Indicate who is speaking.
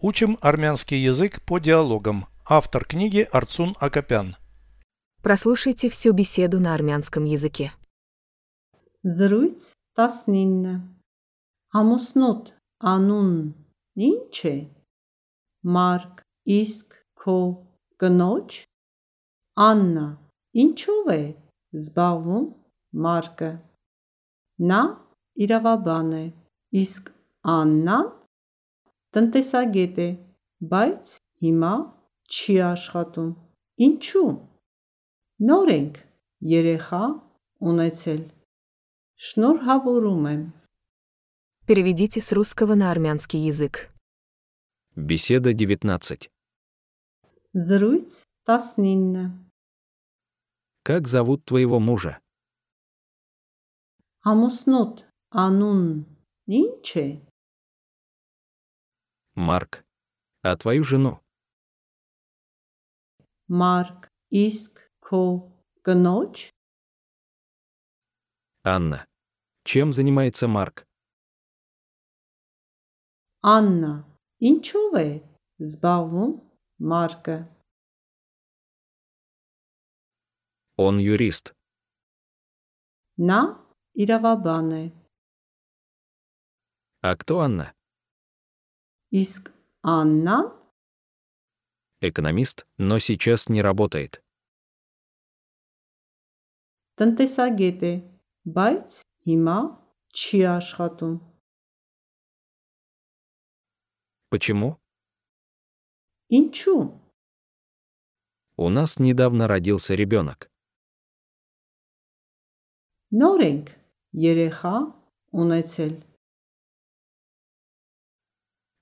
Speaker 1: Учим армянский язык по диалогам. Автор книги Арцун Акопян.
Speaker 2: Прослушайте всю беседу на армянском языке.
Speaker 3: Զրույց 19 Ամուսնոտ անուն ի՞նչ է Մարկ իսկ քո կնոջ Աննա ինչով է զբաղվում Մարկը Նա իրավաբան է իսկ Աննան տնտեսագետ է բայց հիմա չի աշխատում Ինչու Նոր ենք երեխա ունեցել Շնորհավորում եմ։
Speaker 2: Переведите с русского на армянский язык.
Speaker 4: Беседа 19.
Speaker 3: Զրույց 19։
Speaker 4: Как зовут твоего мужа?
Speaker 3: Ամուսնոտ անուն ի՞նչ է։
Speaker 4: Марк. А твою жену?
Speaker 3: Մարկ իսկ քո կնոջ
Speaker 4: Анна. Чем занимается Марк?
Speaker 3: Աննա ինչով է զբաղվում Մարկը։
Speaker 4: Он юрист.
Speaker 3: Նա իրավաբան է։
Speaker 4: А кто Анна?
Speaker 3: Իսկ Աննան
Speaker 4: Экономист, но сейчас не работает.
Speaker 3: տնտեսագետ է, բայց հիմա չի աշխատում։
Speaker 4: Почему?
Speaker 3: Ինչու։
Speaker 4: У нас недавно родился ребенок.
Speaker 3: Նոր ենք երեխա ունեցել։